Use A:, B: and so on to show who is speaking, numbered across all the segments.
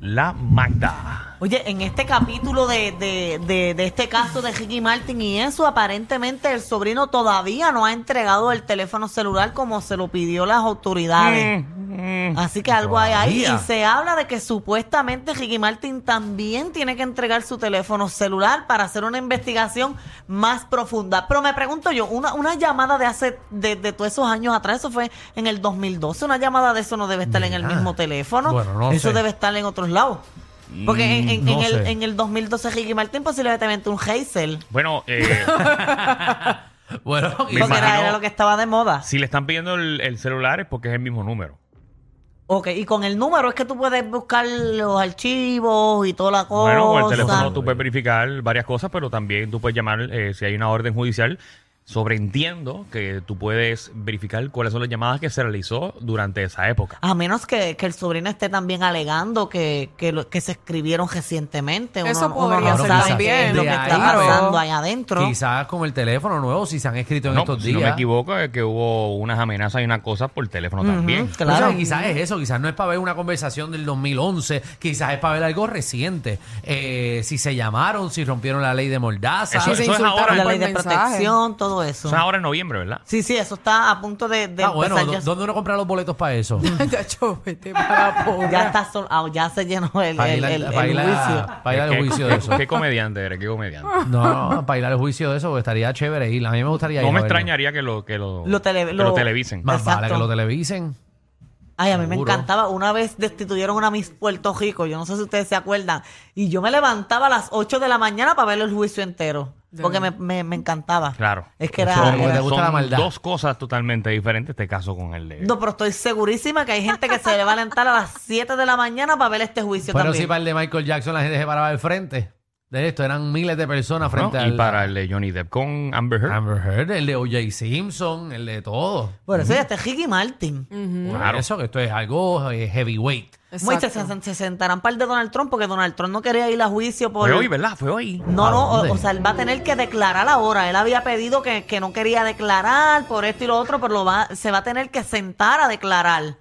A: la Magda.
B: Oye, en este capítulo de, de- de- de este caso de Ricky Martin y eso, aparentemente el sobrino todavía no ha entregado el teléfono celular como se lo pidió las autoridades. Así que algo hay ahí.
A: Todavía.
B: Y se habla de que supuestamente Ricky Martin también tiene que entregar su teléfono celular para hacer una investigación más profunda. Pero me pregunto yo, una, una llamada de hace, de, de todos esos años atrás, eso fue en el 2012, una llamada de eso no debe estar en el
A: Mira.
B: mismo teléfono.
C: Bueno, no
B: eso
C: sé.
B: debe estar en otros lados. Porque en, en-
C: no
B: en el,
C: sé.
B: en el 2012 Ricky Martin posiblemente un Hazel.
A: Bueno, eh,
C: Bueno,
A: Me
B: Porque era,
A: imagino-
B: era lo que estaba de moda.
A: si le están pidiendo el, el celular es porque es el mismo número.
B: Ok, y con el número es que tú puedes buscar los archivos y toda la cosa.
A: Bueno, con el teléfono tú puedes verificar varias cosas, pero también tú puedes llamar eh, si hay una orden judicial. Sobreentiendo que tú puedes verificar cuáles son las llamadas que se realizó durante esa época.
B: A menos que, que el sobrino esté también alegando que, que, lo- que se escribieron recientemente. Uno-
D: Eso
B: uno,
D: podría
B: no
D: ser
B: sabe
D: también.
B: qué es lo que
C: De
B: está
C: ahí,
B: pasando
D: pero-
B: ahí adentro.
C: Quizás con el teléfono nuevo, si se han escrito en
A: No,
C: estos
A: si
C: días.
A: no me equivoco, es que hubo unas amenazas y unas cosas por teléfono
B: Ujú,
A: también.
C: O sea,
B: claro.
C: que quizás es eso, quizás no es para ver una conversación del 2011, quizás es para ver algo reciente. Eh, si se llamaron, si rompieron la ley de Mordaza.
A: Eso-
D: Y
A: Ah, eso
D: se
A: es
D: insultaron
A: ahora.
B: la
D: por
B: ley de
D: mensaje.
B: protección, todo eso.
A: O sea, ahora en noviembre, ¿verdad?
B: Sí, sí, eso está a punto de, de
C: Ah, bueno,
B: empezar
C: ¿dó-
B: ya.
C: ¿dónde uno compra los boletos para eso?
D: Ya, yo, vete para porra.
B: Ya está sol- ah, ya se llenó el,
C: Para
B: el,
C: ir
B: el-
C: al- para
B: el
C: ir
B: juicio.
C: a- para ir al
A: ¿Qué-
C: juicio
A: qué-
C: de eso.
A: Qué comediante eres, qué comediante.
C: No, para ir al juicio de eso, porque estaría chévere ir. A mí me gustaría ir.
A: No
C: a
A: me
C: verlo.
A: extrañaría que lo, que lo,
B: Lo tele-
A: que
B: lo-
A: lo televisen.
C: Más vale
B: Exacto.
C: que lo televisen.
B: Ay, a mí me
C: Seguro.
B: encantaba. Una vez destituyeron una Miss Puerto Rico, yo no sé si ustedes se acuerdan, y yo me levantaba a las 8 de la mañana para ver el juicio entero, porque me, me- me encantaba.
A: Claro.
B: Es que era...
A: Son,
B: era-
C: te gusta
A: son
C: la maldad.
A: dos cosas totalmente diferentes este caso con el de.
B: No, pero estoy segurísima que hay gente que se le va a levantar a las 7 de la mañana para ver este juicio
C: Pero
B: también.
C: si para el de Michael Jackson la gente se paraba de frente. De esto, eran miles de personas
A: ¿no?
C: frente
A: Y
C: al...
A: para el de Johnny Depp con Amber Heard.
C: Amber Heard, el de O.J. Simpson, el de todo.
B: Por eso ya está Ricky Martin.
C: Por
A: Mm. Claro.
C: Eso que esto es algo eh, heavyweight.
B: Muy,
D: Exacto.
B: se, se- se sentarán par de Donald Trump porque Donald Trump no quería ir a juicio por...
A: Fue hoy, ¿verdad? Fue hoy. Ah,
B: No,
C: ¿A
B: no, o,
C: dónde?
B: o sea, él va a tener que declarar ahora. Él había pedido que, que no quería declarar por esto y lo otro, pero lo va, se va a tener que sentar a declarar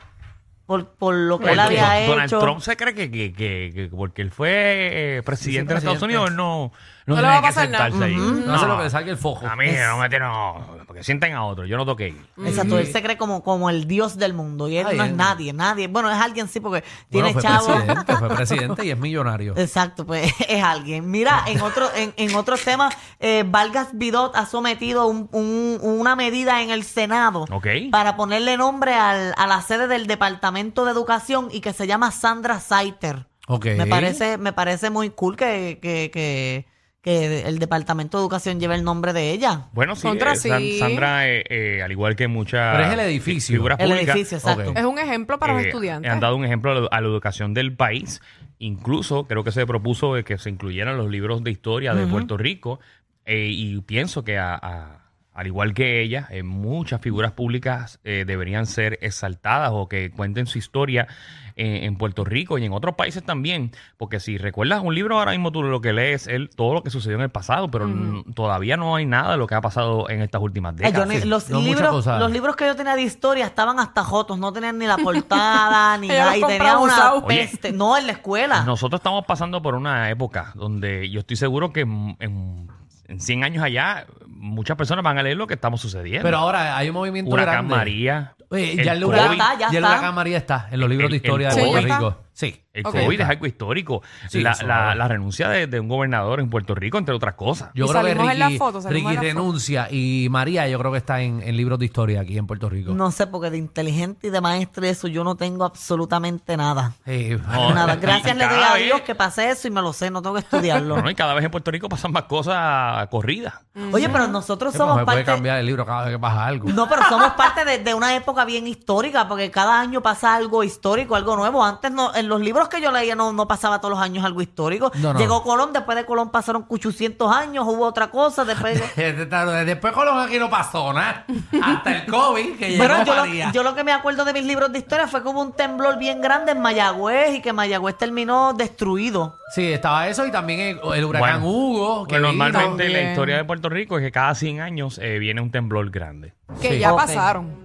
B: por, por lo que él
A: Porque
B: había
A: Don-
B: hecho.
A: Donald Trump se cree que, que- que- que porque él fue eh, presidente de Estados
C: presidente.
A: Unidos, él no, no,
D: No le
A: tiene
D: va a
A: que
D: pasar nada.
A: sentarse ahí.
C: No, hace lo que le salga el fojo.
A: A mí, no me tiene- no, porque sienten a otro, yo no toqué. ahí.
B: Mm-hmm. Exacto, él se cree como, como el dios del mundo y él
C: Ay,
B: no es
C: él-
B: nadie, nadie. Bueno, es alguien sí porque
C: Bueno,
B: tiene
C: fue
B: chavo.
C: presidente, fue presidente y es millonario.
B: Exacto, pues es alguien. Mira, en otro, en, en otros temas, eh, Vargas Vidot ha sometido un- un- una medida en el Senado
A: Ok.
B: para ponerle nombre al- a la sede del Departamento de Educación y que se llama Sandra Saiter.
C: Ok.
B: Me parece, me parece muy cool que, que, que, que el Departamento de Educación lleve el nombre de ella.
A: Bueno, sí,
D: Contra
A: eh, San-
D: sí.
A: Sandra, eh, eh, al igual que muchas
C: Pero es el edificio.
A: figuras
B: El
A: públicas,
B: edificio, exacto.
C: ok.
D: Es un ejemplo para los
A: eh,
D: estudiantes.
A: Han dado un ejemplo a la- a la educación del país. Incluso creo que se propuso de que se incluyeran los libros de historia de Puerto Rico. eh, y pienso que a- a- al igual que ella, eh, muchas figuras públicas eh, deberían ser exaltadas o que cuenten su historia eh, en Puerto Rico y en otros países también. Porque si recuerdas un libro ahora mismo, tú lo que lees es el- todo lo que sucedió en el pasado, pero n- todavía no hay nada de lo que ha pasado en estas últimas
B: Ay,
A: décadas.
B: Eh, yo ni- los,
C: no, muchas
B: libros,
C: cosas.
B: los libros que yo tenía de historia estaban hasta jotos, no tenían ni la portada, ni
D: Ella
B: nada,
D: los
B: y
D: compraba
B: tenía una
D: usados.
A: Oye.
B: peste. No, en la escuela.
A: Nosotros estamos pasando por una época donde yo estoy seguro que en, en, en 100 años allá muchas personas van a leer lo que estamos sucediendo.
C: Pero ahora hay un movimiento
A: Huracán
C: grande.
A: María.
C: Oye,
A: el
C: ya el
A: COVID,
C: huracán,
B: Ya está, ya
C: ya el
B: está.
C: huracán María está en los libros
A: El-
C: de historia
A: el
C: de
D: COVID.
C: Puerto Rico. Sí.
A: El
D: Ok.
A: COVID es algo histórico.
C: Sí,
A: la,
C: eso,
A: la-
C: claro.
A: la renuncia de, de un gobernador en Puerto Rico, entre otras cosas.
C: Yo
D: Y
C: creo que
D: salimos
C: Ricky,
D: en la foto, salimos
C: Ricky
D: en la foto.
C: renuncia y María yo creo que está en, en libros de historia aquí en Puerto Rico.
B: No sé, porque de inteligente y de maestro y eso yo no tengo absolutamente nada.
C: Eh,
A: No,
B: Nada.
A: y-
B: Gracias
A: y
B: le doy
A: cada
B: a
A: vez-
B: Dios que pasé eso y me lo sé, no tengo que estudiarlo.
A: No, no, y cada vez en Puerto Rico pasan más cosas corridas.
B: Oye, pero nosotros
C: sí, pues,
B: somos
C: se puede
B: parte...
C: cambiar el libro cada vez que pasa algo.
B: No, pero somos parte de, de una época bien histórica, porque cada año pasa algo histórico, algo nuevo. Antes no, en los libros que yo leía no, no pasaba todos los años algo histórico.
C: No, no.
B: Llegó Colón, después de Colón pasaron 800 años, hubo otra cosa, después...
C: Este Después Colón aquí no pasó nada. Hasta el COVID que llegó
B: Bueno, yo lo,
C: María.
B: yo lo que me acuerdo de mis libros de historia fue que hubo un temblor bien grande en Mayagüez y que Mayagüez terminó destruido.
C: Sí, estaba eso y también el, el huracán
A: Bueno,
C: Hugo. Que
A: que
C: vino.
A: Pues, normalmente la
D: También.
A: historia de Puerto Rico es que cada 100 años eh, viene un temblor grande.
D: Que
C: Sí.
D: ya
B: Ok.
D: pasaron.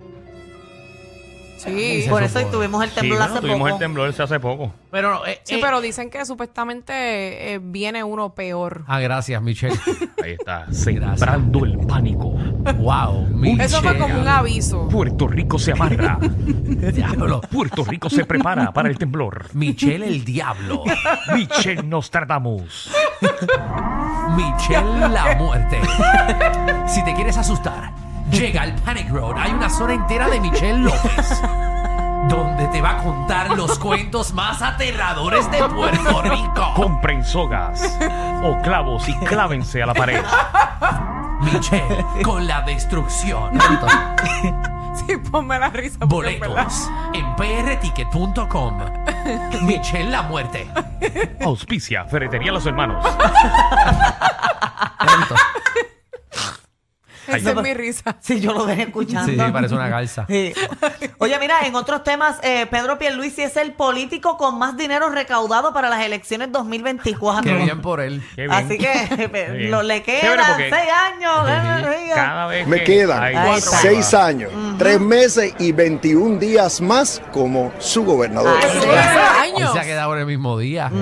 D: Sí.
C: Se
B: Por eso
C: supone.
B: tuvimos el temblor
A: Sí,
B: hace
A: tuvimos
B: poco.
A: el temblor ese hace poco.
C: Pero, eh,
D: Sí,
C: eh,
D: pero dicen que supuestamente eh, viene uno peor.
C: Ah, gracias, Michelle.
A: Ahí está, sembrando el pánico.
C: wow, Michelle.
D: Eso fue como un aviso.
A: Puerto Rico se amarra.
C: Diablo.
A: Puerto Rico se prepara para el temblor.
C: Michelle el diablo.
A: Michelle Nostradamus.
C: Michelle la muerte. Si te quieres asustar, llega al Panic Road. Hay una zona entera de Michelle López. Donde te va a contar los cuentos más aterradores de Puerto Rico.
A: Compren sogas o clavos y clávense a la pared.
C: Michelle con la destrucción.
D: Sí, ponme la risa. porque es verdad.
C: Boletos en prticket.com. Michelle la muerte.
A: Auspicia, ferretería Los Hermanos.
D: Esa es mi risa.
B: Sí, yo lo dejé escuchando.
C: una calza.
B: Sí. Oye, mira, en otros temas, eh, Pedro Pierluisi es el político con más dinero recaudado para las elecciones 2024.
C: Qué bien por él.
A: Qué bien.
B: Así que eh,
A: bien.
B: lo- le
A: Chévere,
B: quedan
A: porque-
B: seis años.
A: Cada vez
E: Me
A: que
E: quedan
A: hay cuatro
E: seis
A: llamadas.
E: años, tres meses y 21 días más como su gobernador.
B: Ay,
D: Lleva seis
C: Él
D: años.
C: se ha quedado en el mismo día.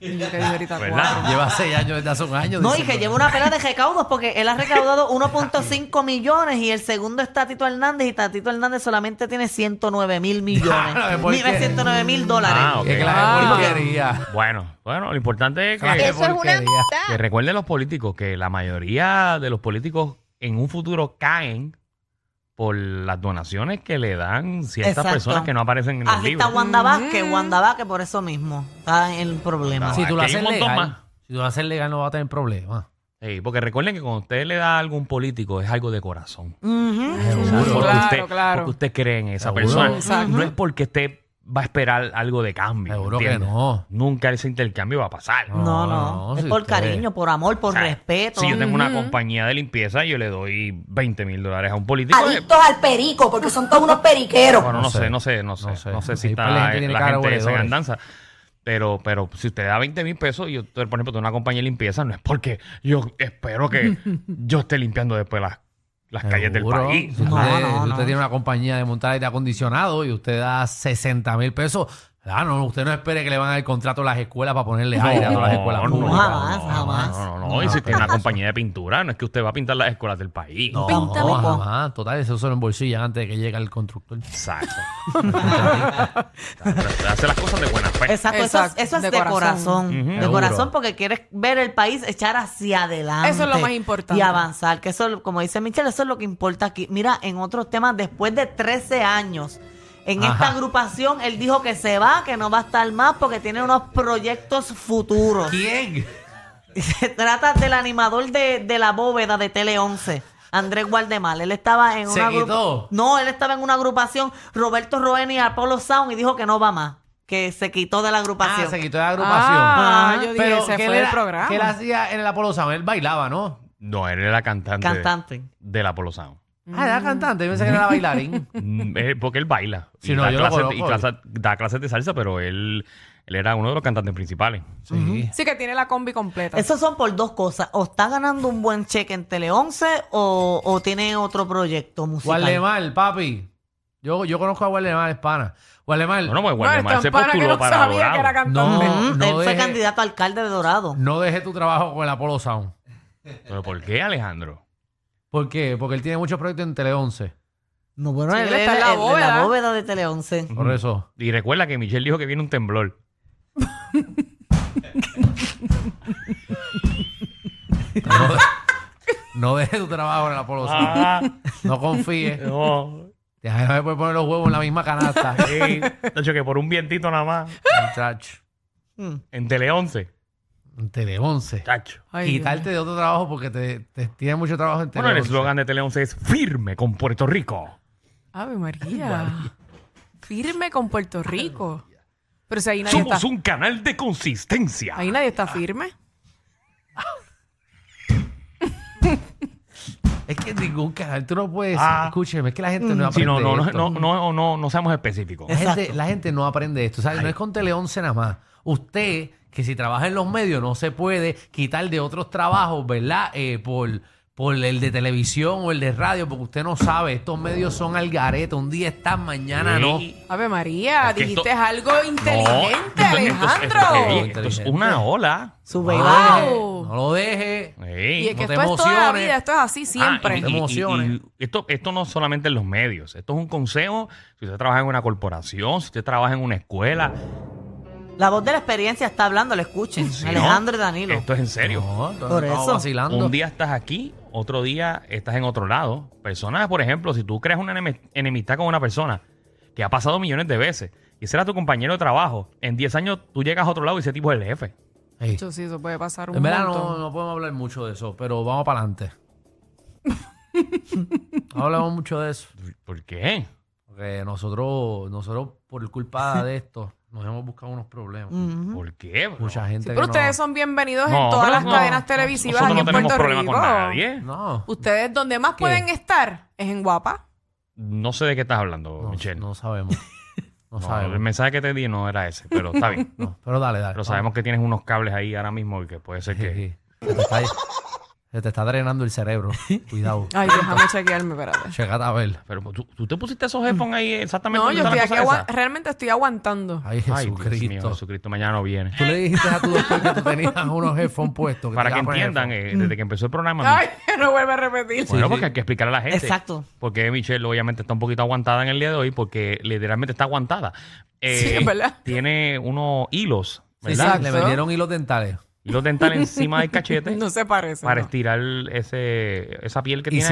D: Y yo que dije ahorita,
A: ¿Verdad?
C: Lleva seis años desde hace un año.
B: No, y
C: diciendo-
B: que lleva una pena de recaudos porque él ha recaudado 1.5 millones y el segundo es Tatito Hernández y Tatito Hernández solamente tiene 109 mil millones.
C: Claro, ¿por
B: Mira,
C: qué?
B: 109 mil dólares.
A: Ah, ok.
C: Qué clase de
D: Ah.
C: porquería.
A: Bueno, bueno, lo importante es
C: Clase de
A: que,
C: porquería.
A: que recuerden los políticos que la mayoría de los políticos en un futuro caen por las donaciones que le dan ciertas
B: Exacto.
A: personas que no aparecen en los
B: Así
A: libros.
B: está Wanda Vázquez, Wanda Vázquez por eso mismo está en el problema.
C: Si tú lo
A: Ah, Aquí hay
C: haces
A: un montón
C: legal,
A: más.
C: si tú lo haces legal no va a tener problema.
A: Sí, porque recuerden que cuando usted le da a algún político es algo de corazón.
B: Ujú.
A: O sea, porque,
D: Claro,
A: usted,
D: claro.
A: porque usted cree en esa
C: Seguro.
A: persona.
D: Exacto.
A: No es porque usted va a esperar algo de cambio.
C: Seguro que
A: ¿entiendes?
C: no.
A: Nunca ese intercambio va a pasar.
B: No, no,
C: Ah, no,
B: es
C: si
B: por
C: usted-
B: cariño, por amor, por
A: O sea,
B: respeto.
A: Si yo tengo una compañía de limpieza y yo le doy 20 mil dólares a un político. eh,
F: adictos al perico, porque son todos unos periqueros.
A: Bueno, no,
C: No
A: sé,
C: sé.
A: no sé, no sé,
C: No
A: no
C: sé.
A: sé, si
C: Ahí
A: está
C: la
A: la,
C: gente tiene
A: la
C: cara
A: gente esa en
C: valedores.
A: andanza. Pero, pero si usted da 20 mil pesos y yo, por ejemplo, tengo una compañía de limpieza, no es porque yo espero que yo esté limpiando después las, las calles del
C: Seguro.
A: país.
C: Si usted,
B: No, no,
C: si usted
B: no.
C: tiene una compañía de montar aire acondicionado y usted da 60 mil pesos, ah, no, usted no espere que le van a dar contrato a las escuelas para ponerle aire a todas las escuelas públicas.
B: jamás, jamás.
A: No, no, no. Y si tiene una compañía de pintura, no es que usted va a pintar las escuelas del país.
C: No,
B: Píntame.
C: jamás. Total, eso solo en bolsillas antes de que llegue el constructor.
A: Exacto. Pero usted hace las cosas de buena fe.
B: Exacto, eso es-
D: Exacto,
B: eso es,
D: de
B: de corazón.
D: corazón.
A: Ujú.
B: De
C: Seguro.
B: corazón porque quieres ver el país echar hacia adelante.
D: Eso es lo más importante.
B: Y avanzar, que eso, como dice Michelle, eso es lo que importa aquí. Mira, en otros temas, después de 13 años, en
C: Ajá.
B: esta agrupación, él dijo que se va, que no va a estar más porque tiene unos proyectos futuros.
C: ¿Quién?
B: Y se trata del animador de, de la bóveda de Tele 11. Andrés Guardemal, él estaba en
C: ¿Se
B: una
C: quitó?
B: No, él estaba en una agrupación Roberto Roen y Apolo Sound y dijo que no va más, que se quitó de la
C: Ah,
B: agrupación.
C: se quitó de la agrupación.
D: Ah, yo dije, se
C: ¿qué
D: fue
C: le
D: del
C: era-
D: programa.
C: ¿Qué él hacía en el Apolo Sound? Él bailaba, ¿no?
A: No, él era cantante,
B: Cantante.
A: de la Polo Sound.
C: Ah,
D: Mm.
C: era cantante. Yo pensé que era bailarín.
A: Mm, eh, porque él baila.
C: Sí,
A: y
C: no,
A: da,
C: yo lo
A: clases,
C: conozco.
A: y clasa- da clases de salsa, pero él, él era uno de los cantantes principales.
C: Sí.
D: Sí, que tiene la combi completa.
B: Esos son por dos cosas. O está ganando un buen cheque en Tele 11 o, o tiene otro proyecto musical.
C: Guardemal, papi. Yo, yo conozco a Guardemal, es pana. Guardemal,
A: Bueno, pues
D: No, es
A: Guardemar
D: tan
A: se
D: pana que
A: postuló
D: no
A: para
D: sabía que era
A: Dorado.
D: cantante.
C: No.
B: Mm, él fue
C: deje-
B: candidato a alcalde de Dorado.
C: no deje tu trabajo con el Apolo Sound.
A: ¿Pero por qué, Alejandro?
C: ¿Por qué? Porque él tiene muchos proyectos en Tele 11.
B: No, bueno,
D: Sí,
B: él,
D: él está en
B: era el
D: la
B: de la
D: bóveda.
B: bóveda de Tele 11.
C: Por eso.
A: Y recuerda que Michelle dijo que viene un temblor.
C: No, no dejes tu trabajo en la polosa.
A: Ah,
C: No confíes.
A: no.
C: Déjame poder poner los huevos en la misma canasta.
A: Sí. De hecho, que por un vientito nada más.
C: Chacho.
A: En Tele 11.
C: En Tele 11.
A: Chacho.
D: Ay,
C: Quitarte de otro trabajo porque te, te tiene mucho trabajo en Tele
A: Bueno, el
C: 11.
A: eslogan de Tele 11 es firme con Puerto Rico.
D: Ave María. Firme con Puerto Rico. Pero si ahí nadie
A: Somos
D: está.
A: un canal de consistencia.
D: Ahí nadie está firme.
C: Es que ningún canal, tú no puedes.
A: Ah. Mm.
C: Escúcheme, es que la gente no aprende.
A: Sí, no, no, no,
C: esto.
A: no, no, no, no seamos específicos.
C: La gente, la gente no aprende esto, ¿sabes? No es con Tele 11 nada más. Usted, que si trabaja en los medios, no se puede quitar de otros trabajos, ¿verdad? Eh, por, por el de televisión o el de radio, porque usted no sabe. Estos medios son al garete. Un día están, mañana no.
A: Sí.
D: Ave María,
A: Es que
D: dijiste
A: esto-
D: algo inteligente,
A: No, esto- esto-
D: Alejandro.
A: Esto, ey, esto es
C: Inteligente.
A: una ola.
B: Sube y
C: No
B: baja.
C: lo
D: Wow.
C: deje, No lo deje.
A: Ey.
D: y es que
C: no te
D: esto es toda la
C: emociones.
D: vida, esto es así
A: Ah,
D: siempre.
A: y- y-
C: Te emociones.
A: y- y esto, esto no es solamente en los medios. Esto es un consejo. Si usted trabaja en una corporación, si usted trabaja en una escuela.
B: La voz de la experiencia está hablando, la escuchen.
A: si no,
B: Alejandro y Danilo.
A: Esto es en serio.
C: No, entonces
B: Por
C: estamos
B: eso.
C: vacilando.
A: Un día estás aquí, otro día estás en otro lado. Personas, por ejemplo, si tú creas una enemi- enemistad con una persona que ha pasado millones de veces y ese era tu compañero de trabajo, en 10 años tú llegas a otro lado y ese tipo es el jefe.
C: Ey.
D: Yo sí, eso puede pasar un
C: En verdad
D: montón.
C: no, no podemos hablar mucho de eso, pero vamos para adelante. no hablamos mucho de eso.
A: ¿Por qué?
C: Porque nosotros, nosotros por culpa de esto, nos hemos buscado unos problemas.
A: ¿Por qué? bro?
C: Mucha gente.
D: Mm. Pero
C: que
D: ustedes
C: no,
D: son bienvenidos
A: No,
D: en todas
A: pero
D: las
A: no,
D: cadenas televisivas
A: Nosotros
D: aquí
A: no
D: en
A: tenemos
D: Puerto
A: problema
D: Rico.
A: con nadie. No.
C: No.
D: Ustedes donde más
C: ¿Qué?
D: pueden estar es en Guapa.
A: sé de qué estás hablando,
C: No,
A: Michelle.
C: no sabemos. No,
A: No, el
C: sabemos.
A: mensaje que te di no era ese, pero está bien.
C: No, pero dale, dale.
A: Pero sabemos que tienes unos cables ahí ahora mismo y que puede ser
C: Sí,
A: que.
C: sí. Se te está, se te está drenando el cerebro. Cuidado.
D: Ay, déjame chequearme, espérate.
C: Checate a ver.
A: Pero ¿tú, tú te pusiste esos headphones ahí exactamente.
D: No,
A: donde
D: yo estoy
A: está
D: aquí,
A: la cosa
D: agua-
A: esa? Ah,
D: realmente estoy aguantando.
C: Ay,
A: Ay, Dios mío,
C: Jesucristo.
A: Jesucristo, mañana no viene.
C: Tú le dijiste a tu doctor que tú tenías unos headphones puestos.
A: Para
C: te
A: que
C: iba a poner
A: entiendan,
C: headphones.
A: eh, desde que empezó el programa.
D: Ay, no vuelve a repetir.
A: bueno,
C: Mm. sí,
A: porque
C: sí.
A: hay que explicar a la gente.
B: Exacto.
A: Porque Michelle obviamente está un poquito aguantada en el día de hoy porque literalmente está aguantada. Eh,
D: Sí, es verdad.
A: Tiene unos hilos,
C: Sí, sí,
A: ¿verdad?
C: le
D: Exacto.
C: vendieron hilos dentales.
A: Hilos dentales encima del cachete
D: No se parece.
A: para
D: no.
A: estirar ese, esa piel que
C: Y
A: tiene